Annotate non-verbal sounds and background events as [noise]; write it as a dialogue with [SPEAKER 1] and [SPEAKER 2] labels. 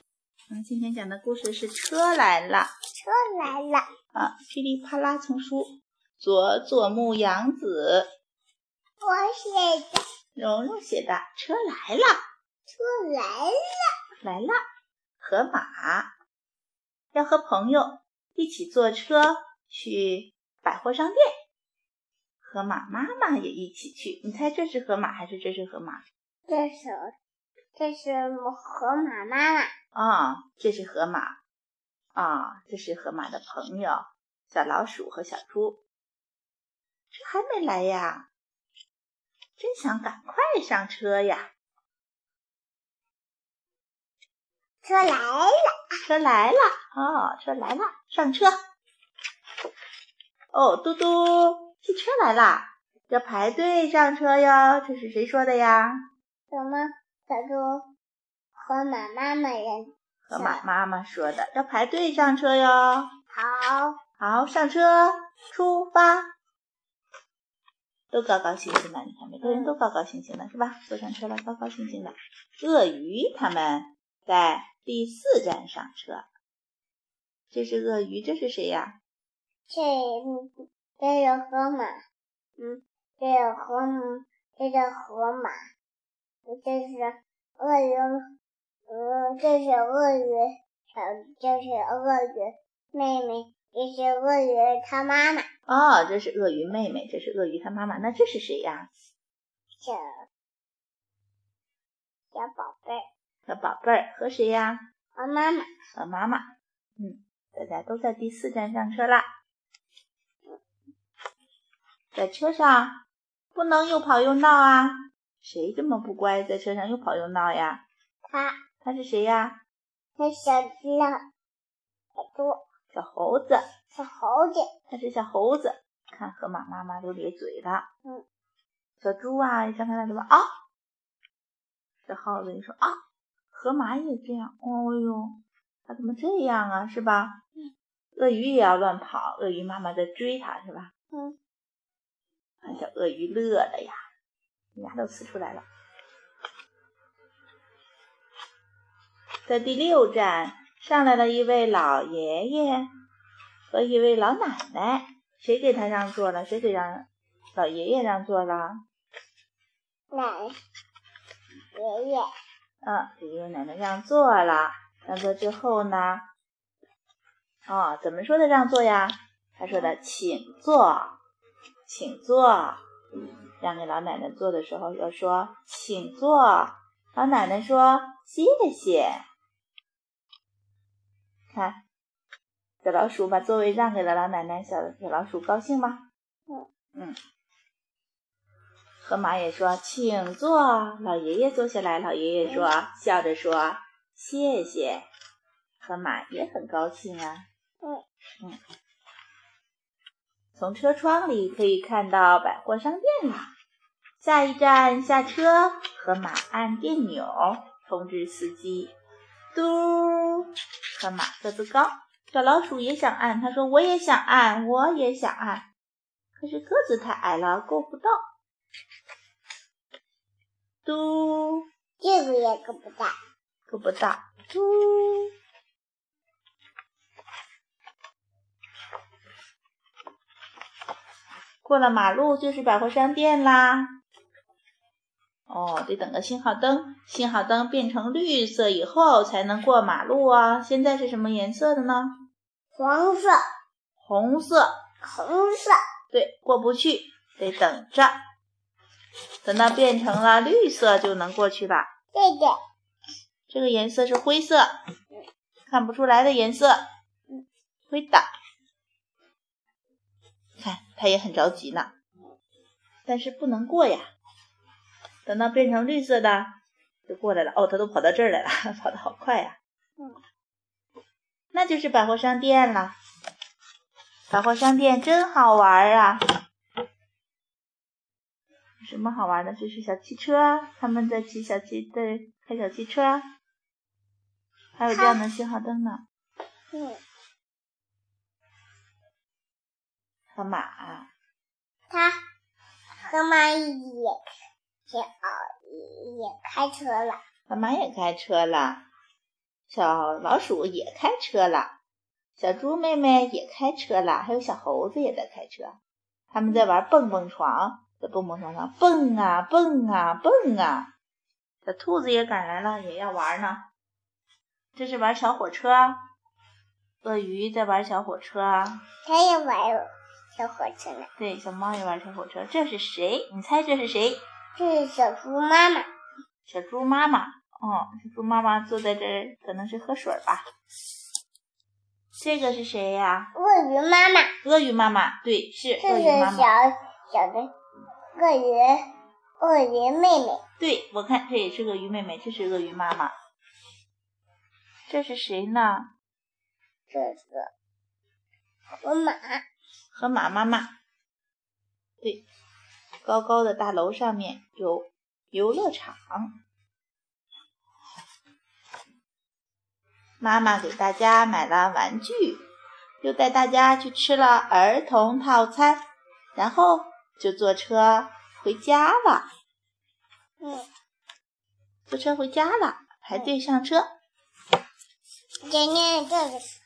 [SPEAKER 1] 我们啊今天讲的故事是《车来了》。
[SPEAKER 2] 车来了，
[SPEAKER 1] 啊，噼里啪啦丛书，佐佐木阳子、
[SPEAKER 2] 我写的
[SPEAKER 1] 蓉蓉写的《车来了》，
[SPEAKER 2] 车来了，
[SPEAKER 1] 来了，河马要和朋友一起坐车去百货商店，河马妈妈也一起去。你猜这是河马还是这是河马？
[SPEAKER 2] 这是这是我河马妈妈，
[SPEAKER 1] 啊、这是河马，啊、这是河马的朋友小老鼠和小猪。这还没来呀？真想赶快上车呀！
[SPEAKER 2] 车来了，
[SPEAKER 1] 车来了，哦，车来了，上车。哦，嘟嘟，汽车来啦，要排队上车哟。这是谁说的呀？
[SPEAKER 2] 什么小猪河马妈妈也
[SPEAKER 1] 河马妈妈说的，要排队上车哟。
[SPEAKER 2] 好，
[SPEAKER 1] 好，上车，出发，都高高兴兴的。你看，每个人都高高兴兴的，是吧？坐上车了，高高兴兴的。鳄鱼他们在第四站上车。这是鳄鱼，这是谁呀？
[SPEAKER 2] 这这是河马，嗯，这是河马，这是河马，嗯这是鳄鱼，嗯，这是鳄鱼，小这是鳄鱼妹妹，这是鳄鱼他妈妈，
[SPEAKER 1] 哦，这是鳄鱼妹妹，这是鳄鱼她妈妈。那这是谁呀？
[SPEAKER 2] 小小宝贝儿
[SPEAKER 1] 小宝贝儿和谁呀？
[SPEAKER 2] 和妈妈。
[SPEAKER 1] 和妈妈。嗯，大家都在第四站上车啦。在车上不能又跑又闹啊！谁这么不乖，在车上又跑又闹呀？
[SPEAKER 2] 它
[SPEAKER 1] 他是谁呀？
[SPEAKER 2] 是小鸡了，小猪，
[SPEAKER 1] 小猴子，
[SPEAKER 2] 小猴子，
[SPEAKER 1] 他是小猴子。看河马妈妈都咧嘴了。
[SPEAKER 2] 嗯，
[SPEAKER 1] 小猪啊，你想看它什么啊？小耗子，你说啊，河马也这样。哦呦，它怎么这样啊？是吧？
[SPEAKER 2] 嗯。
[SPEAKER 1] 鳄鱼也要乱跑，鳄鱼妈妈在追它，是吧？
[SPEAKER 2] 嗯，
[SPEAKER 1] 把小鳄鱼乐的呀，牙都呲出来了。在第六站上来了一位老爷爷和一位老奶奶，谁给他让座了？谁给让老爷爷让座了？
[SPEAKER 2] 奶爷爷，
[SPEAKER 1] 嗯，给爷爷奶奶让座了。让座之后呢？哦，怎么说的让座呀？他说的请坐，请坐。让给老奶奶坐的时候要说请坐，老奶奶说谢谢。看，小老鼠把座位让给了老奶奶，小小老鼠高兴吗？
[SPEAKER 2] 嗯
[SPEAKER 1] 嗯。河马也说：“请坐。”老爷爷坐下来，老爷爷说，笑着说：“谢谢。”河马也很高兴啊。
[SPEAKER 2] 嗯
[SPEAKER 1] 嗯。从车窗里可以看到百货商店了。下一站下车，河马按电钮通知司机。嘟，河马个子高，小老鼠也想按，它说：“我也想按，我也想按。”可是个子太矮了，够不到。嘟，
[SPEAKER 2] 这个也够不到，
[SPEAKER 1] 够不到。
[SPEAKER 2] 猪，
[SPEAKER 1] 过了马路就是百货商店啦。哦，得等个信号灯，信号灯变成绿色以后才能过马路啊。现在是什么颜色的呢？
[SPEAKER 2] 黄色、
[SPEAKER 1] 红色，
[SPEAKER 2] 红色，
[SPEAKER 1] 对，过不去，得等着。等到变成了绿色就能过去了。
[SPEAKER 2] 这个
[SPEAKER 1] 这个颜色是灰色，看不出来的颜色，灰的。看，他也很着急呢，但是不能过呀。等到变成绿色的，就过来了。哦，他都跑到这儿来了， [laughs] 跑得好快呀。
[SPEAKER 2] 嗯，
[SPEAKER 1] 那就是百货商店了。百货商店真好玩儿啊！有什么好玩的？就是小汽车啊，他们在骑小汽，在开小汽车啊，还有这样的信号灯呢。
[SPEAKER 2] 嗯，
[SPEAKER 1] 河马啊
[SPEAKER 2] 它河马也也啊也开车了，
[SPEAKER 1] 河马也开车了。小老鼠也开车了，小猪妹妹也开车了，还有小猴子也在开车。他们在玩蹦蹦床，在蹦蹦床上蹦啊蹦啊蹦啊。小兔子也赶来了，也要玩呢。这是玩小火车，鳄鱼在玩小火车，
[SPEAKER 2] 它也玩小火车呢。
[SPEAKER 1] 对，小猫也玩小火车。这是谁？你猜这是谁？
[SPEAKER 2] 这是小猪妈妈，
[SPEAKER 1] 小猪妈妈，哦，小猪妈妈坐在这儿，可能是喝水儿吧。这个是谁呀、
[SPEAKER 2] 鳄鱼妈妈，
[SPEAKER 1] 鳄鱼妈妈，对，是
[SPEAKER 2] 这
[SPEAKER 1] 鳄
[SPEAKER 2] 是
[SPEAKER 1] 鱼妈
[SPEAKER 2] 小
[SPEAKER 1] 妈。
[SPEAKER 2] 小的鳄鱼，鳄鱼妹妹，
[SPEAKER 1] 对，我看这也是鳄鱼妹妹，这是鳄鱼妈妈。这是谁呢？
[SPEAKER 2] 这是河马，
[SPEAKER 1] 河马妈妈。对，高高的大楼上面有游乐场。妈妈给大家买了玩具，又带大家去吃了儿童套餐，然后就坐车回家了。
[SPEAKER 2] 嗯，
[SPEAKER 1] 坐车回家了，排队上车。
[SPEAKER 2] 今天这个是